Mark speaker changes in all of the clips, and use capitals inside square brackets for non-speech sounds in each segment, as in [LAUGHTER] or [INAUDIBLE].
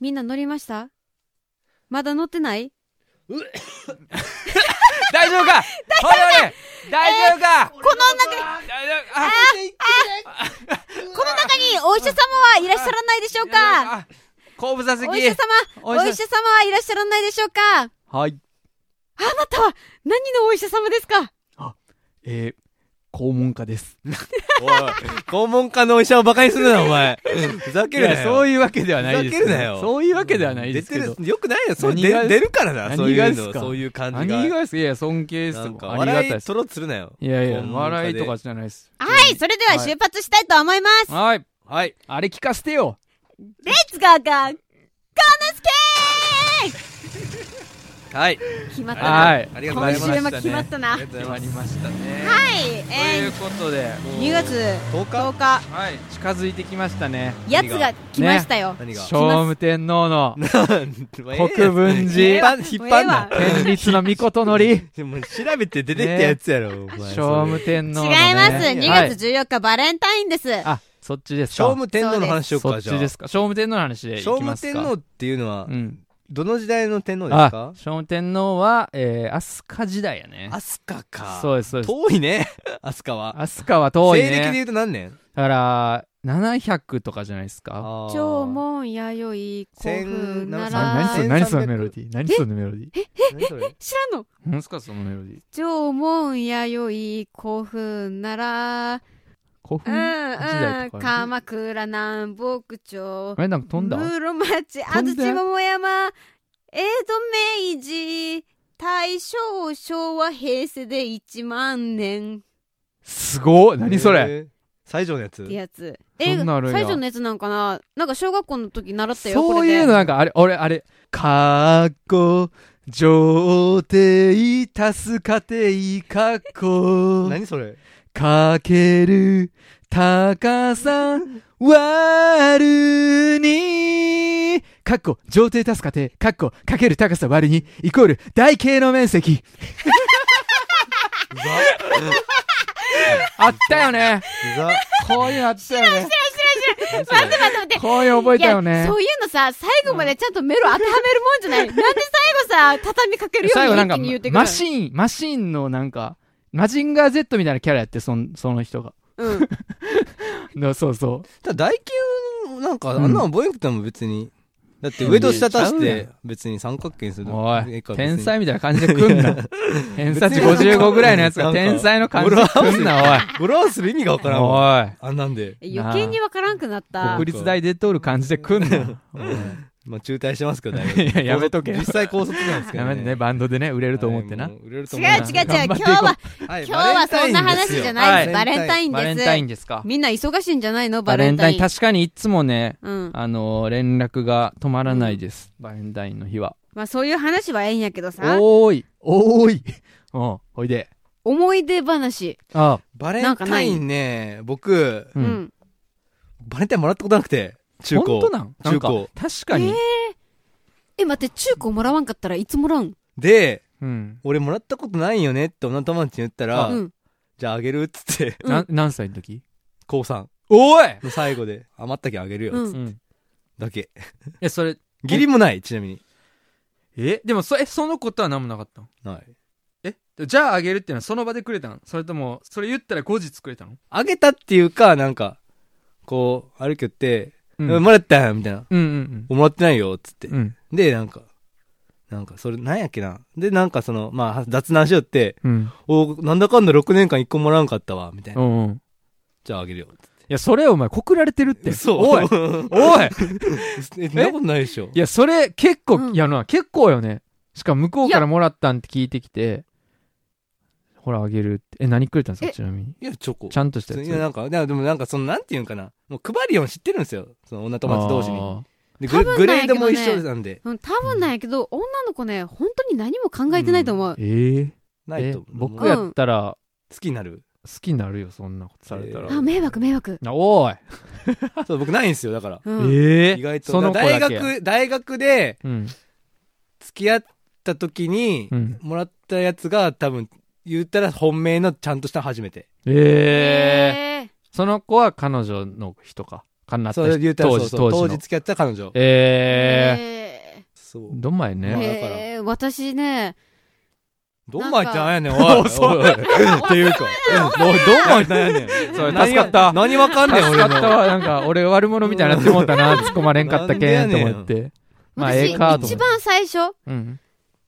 Speaker 1: みんな乗りましたまだ乗ってない
Speaker 2: 大丈夫か大丈夫大丈夫か
Speaker 3: この中に、
Speaker 2: 大丈夫あ
Speaker 3: この中にお医者様はいらっしゃらないでしょうか
Speaker 2: あ後部座席
Speaker 1: お医者様お
Speaker 2: お医者
Speaker 1: 医者様はいらっしゃらないでしょうかあな
Speaker 2: はい
Speaker 1: たは何のお医者様ですか
Speaker 2: えー、肛門科です
Speaker 4: [LAUGHS] おい、肛門科のお医者をバカにするな、お
Speaker 2: [LAUGHS]
Speaker 4: 前。ふざけるなよ。
Speaker 2: そういうわけではないです
Speaker 4: ふざけるなよ
Speaker 2: そういうわけではないで
Speaker 4: 出
Speaker 2: す
Speaker 4: て
Speaker 2: けど
Speaker 4: る、よくないよ。そう
Speaker 2: 何
Speaker 4: 出
Speaker 2: が
Speaker 4: る出るからだ、そう
Speaker 2: 何
Speaker 4: い
Speaker 2: が
Speaker 4: う
Speaker 2: です
Speaker 4: の、
Speaker 2: か
Speaker 4: そういう感じが。
Speaker 2: 何がですいや尊敬です
Speaker 4: なんか、
Speaker 2: ありがたい
Speaker 4: 笑
Speaker 2: で
Speaker 4: い
Speaker 2: す
Speaker 4: とろつるなよ。
Speaker 2: いやいや
Speaker 4: 肛門科で
Speaker 2: 笑いとかじゃないです
Speaker 3: はい、それでは出発したいと思います。
Speaker 2: はい
Speaker 4: はい。
Speaker 2: あれ聞かせてよ
Speaker 3: レッツゴーゴーゴーナスケー
Speaker 4: はい。
Speaker 1: 決まったな
Speaker 2: はい
Speaker 4: ありがとうございました、ね。
Speaker 1: 今週も決まったな
Speaker 4: ありがとうございます。
Speaker 2: ましたね
Speaker 3: はい、
Speaker 2: と
Speaker 3: え
Speaker 2: い
Speaker 3: ー
Speaker 2: う、ことで
Speaker 3: 2月
Speaker 4: 10日
Speaker 3: 10日、
Speaker 2: はい近づいてきましたね
Speaker 1: やつが来ましたよ、
Speaker 4: 何が
Speaker 2: 聖武天皇の [LAUGHS] 国分寺
Speaker 4: 引っ張ん引っ張んな。
Speaker 2: 天律の御事の
Speaker 4: [LAUGHS]
Speaker 2: り
Speaker 4: でも調べて出てったやつやろ、お前。
Speaker 2: 聖
Speaker 4: それ
Speaker 2: 武天皇の、ね、
Speaker 3: 違います、2
Speaker 2: はい
Speaker 3: 月14日バレンタインです。
Speaker 2: あそっちです
Speaker 4: 聖
Speaker 2: か
Speaker 4: 武天皇の話しよう
Speaker 2: そ
Speaker 4: か、
Speaker 2: っ
Speaker 4: じゃ
Speaker 2: ち
Speaker 4: あ。
Speaker 2: ですか聖武天皇の話でいき
Speaker 4: 聖
Speaker 2: ま
Speaker 4: 武
Speaker 2: すか
Speaker 4: 天皇っていうのは
Speaker 2: う、ん
Speaker 4: どの時代の天皇です
Speaker 2: あ
Speaker 4: か
Speaker 2: 聖武天皇は、えー、飛鳥時代やね
Speaker 4: 飛鳥か。
Speaker 2: そうですそうです
Speaker 4: 遠いね、 [LAUGHS] 飛鳥は。
Speaker 2: 飛鳥は遠い
Speaker 4: 西暦で言
Speaker 2: ね
Speaker 4: うと何年
Speaker 2: だから700とかじゃないですか
Speaker 4: あー
Speaker 1: 縄文弥生古墳
Speaker 4: 千
Speaker 1: な
Speaker 2: な何
Speaker 1: ら
Speaker 2: それ
Speaker 4: 千
Speaker 2: 何そのメロディー何そのメロディー
Speaker 4: 何それ
Speaker 1: 知らんの
Speaker 2: 何すかそのメロディー
Speaker 1: 縄文弥生古墳なら
Speaker 2: 古
Speaker 1: う
Speaker 2: 墳時
Speaker 1: んう
Speaker 2: 代
Speaker 1: ん
Speaker 2: とか
Speaker 1: 鎌倉南北町
Speaker 2: あれなんか飛んだ
Speaker 1: 室町
Speaker 2: 飛
Speaker 1: 安
Speaker 2: んだ
Speaker 1: 土桃山江戸明治大正昭和平成で1万年っ
Speaker 2: すごっ何それ
Speaker 4: えー西条のやつ
Speaker 1: てやつ
Speaker 2: そんなあるんや
Speaker 1: 最初のやつなんかななんか小学校の時習ったよ
Speaker 2: そういう
Speaker 1: こ
Speaker 2: のなんかあれ俺あれかっこ上帝たすかていかっこ
Speaker 3: [LAUGHS]
Speaker 4: 何それ
Speaker 2: かける高さ割るにかっこ上帝たすかてかっこかける高さ割るにイコール台形の面積あったよね
Speaker 4: うざ
Speaker 2: こういうのあったよね
Speaker 3: [LAUGHS]
Speaker 4: 何それ
Speaker 1: れで待って待って
Speaker 2: こういうの覚え
Speaker 1: い
Speaker 2: たよ
Speaker 1: や
Speaker 2: ね
Speaker 1: そういうのさ最後までちゃんとメロ当てはめるもんじゃないなんで最後さ畳みかけるよ
Speaker 2: 最後
Speaker 1: う
Speaker 2: なん
Speaker 1: に一
Speaker 2: か
Speaker 1: 気に言ってくる
Speaker 2: マシーンマシーンのなんかマジンガー Z みたいなキャラやってそんその人が
Speaker 1: うん
Speaker 2: のそうそ
Speaker 4: ただ大金なんかあんなの覚えなくても別にだって上と下足し
Speaker 2: ちゃうや
Speaker 4: て
Speaker 2: ん
Speaker 4: 別に三角形にする
Speaker 2: う
Speaker 4: の
Speaker 2: お
Speaker 4: ええ
Speaker 2: い
Speaker 4: か別に
Speaker 2: 天才みたいな感じで来ん [LAUGHS] な偏差値55ぐらいのやつが天才の感じで来んな
Speaker 4: 語呂合わせる意味がわ
Speaker 2: お
Speaker 4: か
Speaker 2: い
Speaker 4: らんわ
Speaker 2: おい
Speaker 4: あんなんで
Speaker 1: 余計にわからんくなった
Speaker 2: 国立大出とる感じで来 [LAUGHS] んな
Speaker 4: まあ中退してますけど大
Speaker 2: い
Speaker 4: 学
Speaker 2: ややめとけ
Speaker 4: 実際高卒なんですけど
Speaker 2: やめてねバンドでね売れると思ってな
Speaker 4: はいもう売れると
Speaker 3: 違う違
Speaker 4: 思
Speaker 3: う違
Speaker 4: な
Speaker 3: う、
Speaker 2: 頑張
Speaker 3: 今
Speaker 2: ってい
Speaker 3: 日
Speaker 2: こう
Speaker 3: は、
Speaker 4: はい
Speaker 3: 今日はそんな話じゃないです。
Speaker 4: バ
Speaker 3: バ
Speaker 4: レ
Speaker 3: レン
Speaker 4: ンタ
Speaker 3: タ
Speaker 4: イ
Speaker 3: イン
Speaker 2: バレン
Speaker 3: で
Speaker 2: タイ
Speaker 3: す。
Speaker 2: ンですか
Speaker 1: みんな忙しいんじゃないの
Speaker 2: バ
Speaker 1: バ
Speaker 2: レ
Speaker 1: レ
Speaker 2: ン
Speaker 1: ン
Speaker 2: タ
Speaker 1: タ
Speaker 2: イ
Speaker 1: イ
Speaker 2: ン
Speaker 1: ン
Speaker 2: 確かにいつもね
Speaker 1: うん
Speaker 2: あのー連絡が止まらないですバレンタインの日は
Speaker 1: まあそういう話はええんやけどさ
Speaker 2: おーいおーいうんおいで
Speaker 1: 思い出話
Speaker 2: あ
Speaker 4: バレンタインね僕
Speaker 2: う
Speaker 1: うんん
Speaker 4: バレンタインもらったことなくて中高
Speaker 2: 本当なんなんか
Speaker 4: 中高
Speaker 2: 確かに、
Speaker 1: え待って中古もらわんかったらいつもらうん
Speaker 4: で
Speaker 2: うん
Speaker 4: 俺もらったことないよねって女友達に言ったら、
Speaker 1: うん
Speaker 4: じゃああげるっつって、 [LAUGHS]
Speaker 1: うん
Speaker 2: な何歳の時
Speaker 4: 高3
Speaker 2: おい、
Speaker 4: の最後で、余ったけんあげるよ、
Speaker 1: うん
Speaker 2: うん、
Speaker 4: だけ。
Speaker 2: えそれ
Speaker 4: 義理もない、ちなみに。
Speaker 2: えでもそえその子とは何もなかったの
Speaker 4: ない。
Speaker 2: えじゃああげるっていうのはその場でくれたのそれともそれ言ったら後日くれたの
Speaker 4: あげたっていうか、なんか、こう、歩きよって、
Speaker 2: う
Speaker 4: うんもらったよみたいな。
Speaker 2: うんうん
Speaker 4: もらってないよ、つって。
Speaker 2: うんうん
Speaker 4: で、なんか、なんか、それ、なんやっけな。で、なんかその、まあ、雑談しよって、
Speaker 2: うん
Speaker 4: おなんだかんだ6年間1個もらわんかったわ、みたいな。
Speaker 2: うんうん
Speaker 4: じゃああげるよ、つっ
Speaker 2: いやそれお前告られてるって
Speaker 4: [LAUGHS] て。嘘
Speaker 2: おいおい
Speaker 4: [LAUGHS] え、そんなことないでしょ
Speaker 2: い。やそれ結構、
Speaker 1: うん
Speaker 2: いやな結構よねしかも向こうからもらったんって聞いてきてほらあげるってえ何くれたんですか
Speaker 1: え
Speaker 2: ちなみに
Speaker 4: いや、チョコ。
Speaker 2: ちゃんとした
Speaker 4: い
Speaker 2: やつ
Speaker 4: や、なんか、でもでもなんか、その、なんていうんかな。もう配りよん知ってるんですよ。その女友達同士に。
Speaker 2: あ
Speaker 4: で
Speaker 1: 多分
Speaker 4: グ、グレードも
Speaker 1: ない
Speaker 4: 一
Speaker 1: けどね
Speaker 4: 緒なんで。
Speaker 1: うん、多分なんやけど、女の子ね、本当に何も考えてないと思う。
Speaker 2: ーええ
Speaker 4: ない
Speaker 2: え
Speaker 4: と思う。
Speaker 2: 僕やったら、
Speaker 4: 好きになる
Speaker 2: 好きになるよそんなことされたら、
Speaker 4: えー
Speaker 1: あ、迷惑、迷惑。
Speaker 2: なおい、
Speaker 4: そう僕ないんですよだから
Speaker 1: うん。
Speaker 2: ええ
Speaker 4: 意外と
Speaker 2: その子だけ
Speaker 4: 大学大学で
Speaker 2: うん
Speaker 4: 付き合った時に
Speaker 2: うん
Speaker 4: もらったやつが多分言ったら本命のちゃんとしたの初めて
Speaker 2: ええ
Speaker 1: え
Speaker 2: その子は彼女の人かかになった
Speaker 4: そう
Speaker 2: 人
Speaker 4: 言うたら
Speaker 2: 当
Speaker 4: そうそ
Speaker 2: 時、
Speaker 4: う
Speaker 2: 当
Speaker 4: 当
Speaker 2: 時
Speaker 4: 時
Speaker 2: の。
Speaker 4: 付き合ってた彼女
Speaker 2: え
Speaker 1: え
Speaker 4: そう
Speaker 2: ー、どんまい
Speaker 1: ー
Speaker 4: まあ
Speaker 2: ね。
Speaker 4: だから
Speaker 1: えー私ね
Speaker 4: どんまいってなんやねんお
Speaker 2: [LAUGHS]
Speaker 4: い
Speaker 2: 遅い
Speaker 4: お
Speaker 1: [LAUGHS]
Speaker 4: いっていうかおいどんまいってなんやねん
Speaker 2: [LAUGHS] それ
Speaker 4: 何
Speaker 2: 助かった
Speaker 4: 何わかんねん
Speaker 2: 助
Speaker 4: 俺 [LAUGHS]
Speaker 2: かっ
Speaker 4: の
Speaker 2: たわ。なんか、俺悪者みたいになってもうたな。突っ込まれんかったけんと思って。まあ、え
Speaker 1: 私
Speaker 2: えか
Speaker 1: 一
Speaker 2: と思って。
Speaker 1: 番最初
Speaker 2: うん。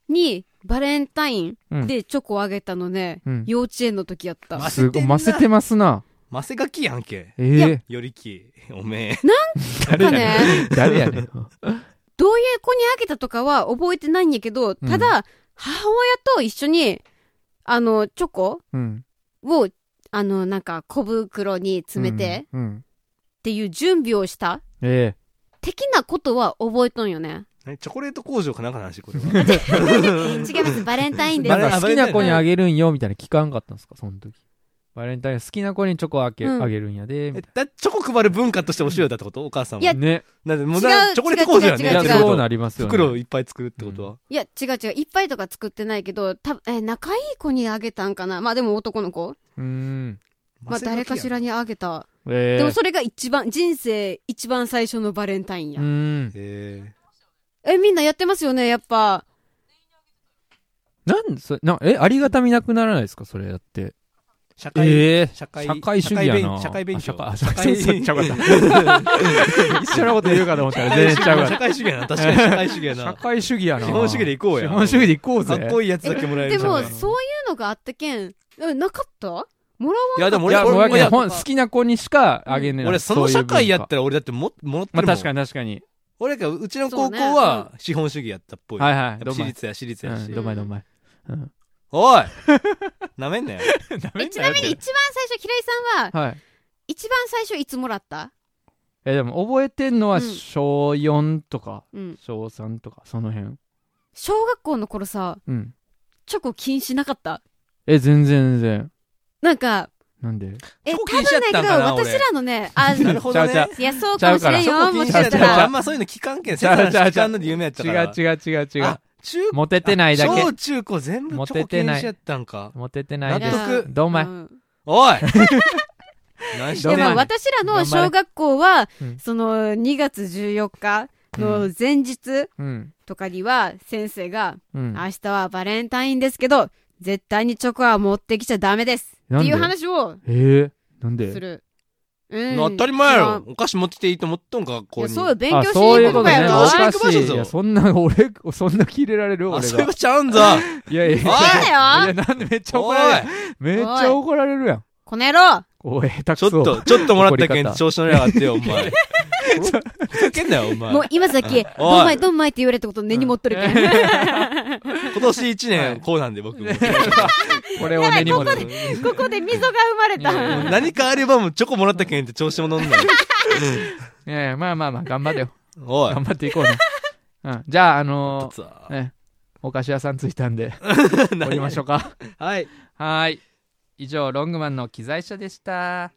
Speaker 1: にバレンタイン
Speaker 2: うん。
Speaker 1: でチョコあげたのね、
Speaker 2: うん。
Speaker 1: 幼稚園の時やった、
Speaker 4: マジ
Speaker 2: すごい、ませてますな。
Speaker 4: マセガキやんけ
Speaker 2: ええ
Speaker 4: よりきおめえ
Speaker 1: なんかね
Speaker 2: 誰やねん。
Speaker 1: どういう子にあげたとかは覚えてないんやけどただ、母親と一緒にあのチョコ
Speaker 2: うん。
Speaker 1: をあのなんか小袋に詰めてっ
Speaker 2: うん。うん。
Speaker 1: ていう準備をした
Speaker 2: え
Speaker 1: 的なことは覚えとんよ
Speaker 2: [LAUGHS]
Speaker 1: ね
Speaker 4: 何チョコレート工場かなんかの話これは
Speaker 1: [LAUGHS] 違いますバレンタイン
Speaker 2: え
Speaker 1: で
Speaker 4: バ
Speaker 1: す
Speaker 4: レ
Speaker 2: なんか好きな子
Speaker 1: バレンタ
Speaker 2: に
Speaker 1: イン
Speaker 2: あげるんよ、みたいな聞かんかったんですか、その時。バレンタイン好きな子にチョコあげ
Speaker 1: うん
Speaker 2: あげるんやで、み
Speaker 4: え
Speaker 2: た
Speaker 4: だチョコ配る文化としておしようだってことお母さんはい
Speaker 1: や
Speaker 2: いな。ね。
Speaker 4: なんでもう
Speaker 1: 違う
Speaker 4: なチョコレート工場やね
Speaker 1: 違う違う
Speaker 4: や
Speaker 2: いや、
Speaker 4: ってること
Speaker 2: そうなりますよね。
Speaker 4: 袋をいっぱい作るってことは、
Speaker 1: いや違う違ういっぱいとか作ってないけどたえ仲いい子にあげたんかなまあでも男の子
Speaker 2: うーん。
Speaker 1: まあ誰かしらにあげた
Speaker 2: ええ
Speaker 1: でもそれが一番人生一番最初のバレンタインや、
Speaker 2: うーん。
Speaker 4: えー
Speaker 1: えみんなやってますよねやっぱ
Speaker 2: なんそれなえありがたみなくならないですかそれやって
Speaker 4: 社会、
Speaker 2: ええ
Speaker 4: 社会
Speaker 2: 社会主義やな
Speaker 4: 社会勉社会
Speaker 2: あ
Speaker 4: 勉
Speaker 2: 社
Speaker 4: 強
Speaker 2: 会あそうそうちゃうかった一緒なこと言うかと思ったら全然ちゃう
Speaker 4: 社
Speaker 2: か
Speaker 4: 会主義やな確かに社会主義や
Speaker 2: ら社
Speaker 4: な
Speaker 2: 会主義やな
Speaker 4: 資本主義で行こうや
Speaker 2: 資本主義で行こう
Speaker 4: か
Speaker 2: ぜ
Speaker 4: っこいいやつだけもらえる
Speaker 1: で
Speaker 4: じゃ
Speaker 1: も
Speaker 4: ない
Speaker 1: そういうのがあったけんえなかったもら
Speaker 4: いやでも俺
Speaker 2: いやもうやけ
Speaker 4: 俺
Speaker 2: どほん好きな子にしかあげねえな
Speaker 4: 俺その
Speaker 2: ういう
Speaker 4: 社
Speaker 2: 文化
Speaker 4: 会やったら俺だってももって
Speaker 2: ま
Speaker 4: るも
Speaker 2: あ
Speaker 4: ん
Speaker 2: 確かに確かに
Speaker 4: 俺がうちの
Speaker 1: そう
Speaker 4: 高
Speaker 1: ね
Speaker 4: 校は資本主義やったっぽい
Speaker 2: はい
Speaker 4: や
Speaker 2: はい
Speaker 4: っ
Speaker 2: ど
Speaker 4: ぱ
Speaker 2: んま
Speaker 4: 私立
Speaker 2: い
Speaker 4: や私立
Speaker 2: う
Speaker 4: や
Speaker 2: ん
Speaker 4: し
Speaker 2: どんまいどんまいうん
Speaker 4: おい [LAUGHS] なめんなよ
Speaker 1: えちなみに一番最初平井さんは
Speaker 2: はい
Speaker 1: 一番最初いつもらった
Speaker 2: えでも覚えてんの
Speaker 1: う
Speaker 2: は
Speaker 1: ん
Speaker 2: 小4とか
Speaker 1: うん
Speaker 2: 小3とかその辺
Speaker 1: 小学校の頃さ
Speaker 2: うん
Speaker 1: チョコ禁止なかった
Speaker 2: え全然全然
Speaker 1: なんか
Speaker 2: なんで
Speaker 1: え多
Speaker 4: チョコ
Speaker 1: 分
Speaker 4: 禁止や
Speaker 1: だ
Speaker 4: っ
Speaker 1: け
Speaker 4: た
Speaker 1: ど
Speaker 4: んかな
Speaker 1: 私らのねあ
Speaker 4: [LAUGHS] なるほど
Speaker 2: ちゃう
Speaker 4: ね
Speaker 1: いやそうかもしれん
Speaker 2: ち
Speaker 1: よ
Speaker 4: そこ
Speaker 1: もし
Speaker 4: 禁止
Speaker 1: か
Speaker 4: やっ
Speaker 1: した
Speaker 4: た
Speaker 2: ちゃうちゃうちゃう
Speaker 4: らあ
Speaker 1: ら
Speaker 4: んまそういうの聞かんけん
Speaker 2: ちゃうちゃうちゃう
Speaker 4: セサラの夢やっ
Speaker 2: 違
Speaker 4: た
Speaker 2: う
Speaker 4: からう
Speaker 2: 違う違う違う
Speaker 4: あ中
Speaker 2: モテてないだけ
Speaker 4: 小中高全部チョコ禁止やったんか
Speaker 2: モテてないで
Speaker 4: 納
Speaker 2: す
Speaker 4: 得
Speaker 2: どんまい
Speaker 1: うん
Speaker 4: おい
Speaker 2: [LAUGHS]
Speaker 4: 何して
Speaker 1: で
Speaker 4: んね
Speaker 1: も
Speaker 4: ん
Speaker 1: 私らの小学校は
Speaker 2: うん
Speaker 1: その2月14日の前日
Speaker 2: うん
Speaker 1: とかには先生が
Speaker 2: うん
Speaker 1: 明日はバレンタインですけど絶対にチョコは持ってきちゃダメですっていう
Speaker 2: なんで
Speaker 1: 話を
Speaker 2: ええなんです
Speaker 1: るうん
Speaker 4: 当たり前や
Speaker 1: まあ
Speaker 4: ろお菓子持ってきていいと思っとんか学
Speaker 1: い
Speaker 4: 校
Speaker 1: や
Speaker 4: に
Speaker 1: そうよ勉
Speaker 2: あ
Speaker 1: 強し
Speaker 2: そうい
Speaker 1: に行
Speaker 2: う
Speaker 1: こと
Speaker 2: こ
Speaker 1: と
Speaker 2: ね
Speaker 1: や
Speaker 4: 勉
Speaker 1: ろ
Speaker 4: 強しに
Speaker 2: お
Speaker 4: 行く場所
Speaker 2: か
Speaker 4: ぞ
Speaker 2: しいいやそんな俺そんな切れられる俺
Speaker 4: 遊び
Speaker 2: が
Speaker 4: 場ちゃうんざ
Speaker 2: いやい
Speaker 4: お
Speaker 2: やい
Speaker 4: い
Speaker 1: だ
Speaker 2: や
Speaker 1: よ
Speaker 2: いやなんでめっ [LAUGHS] ちゃ怒
Speaker 4: おい
Speaker 2: られるめっちゃ怒られるやん
Speaker 1: この野郎
Speaker 2: おい下手く
Speaker 4: ちょ
Speaker 2: そ
Speaker 4: っと、ちょっともらったけ
Speaker 2: 怒り
Speaker 4: ん
Speaker 2: 方
Speaker 4: 調子乗りやがってよ、お
Speaker 2: [LAUGHS]
Speaker 4: 前。ふざけんなよ、お前。
Speaker 1: もう
Speaker 4: 今
Speaker 1: 今さっき「
Speaker 4: おい
Speaker 1: どんまいどんまい」って言われたこと根に持っとるけん
Speaker 4: 年一
Speaker 2: はい
Speaker 4: 年、こうなんで、僕も。 [LAUGHS]
Speaker 2: これを根に持
Speaker 1: だ
Speaker 2: っ
Speaker 1: から
Speaker 2: て
Speaker 1: [LAUGHS] ここで溝が生まれ
Speaker 2: いやいや
Speaker 1: た
Speaker 2: いや
Speaker 4: 何かあればもうチョコもらったけんって調子も乗んなよ。
Speaker 2: いやいやまあまあまあ頑張ってよ
Speaker 4: おい。
Speaker 2: 頑張っていこうねうんじゃああの
Speaker 4: ちょっと
Speaker 2: ーええお菓子屋さん着いたんで
Speaker 4: 何
Speaker 2: 降りましょうか
Speaker 4: はい。
Speaker 2: はーい以上ロングマンの機材車でした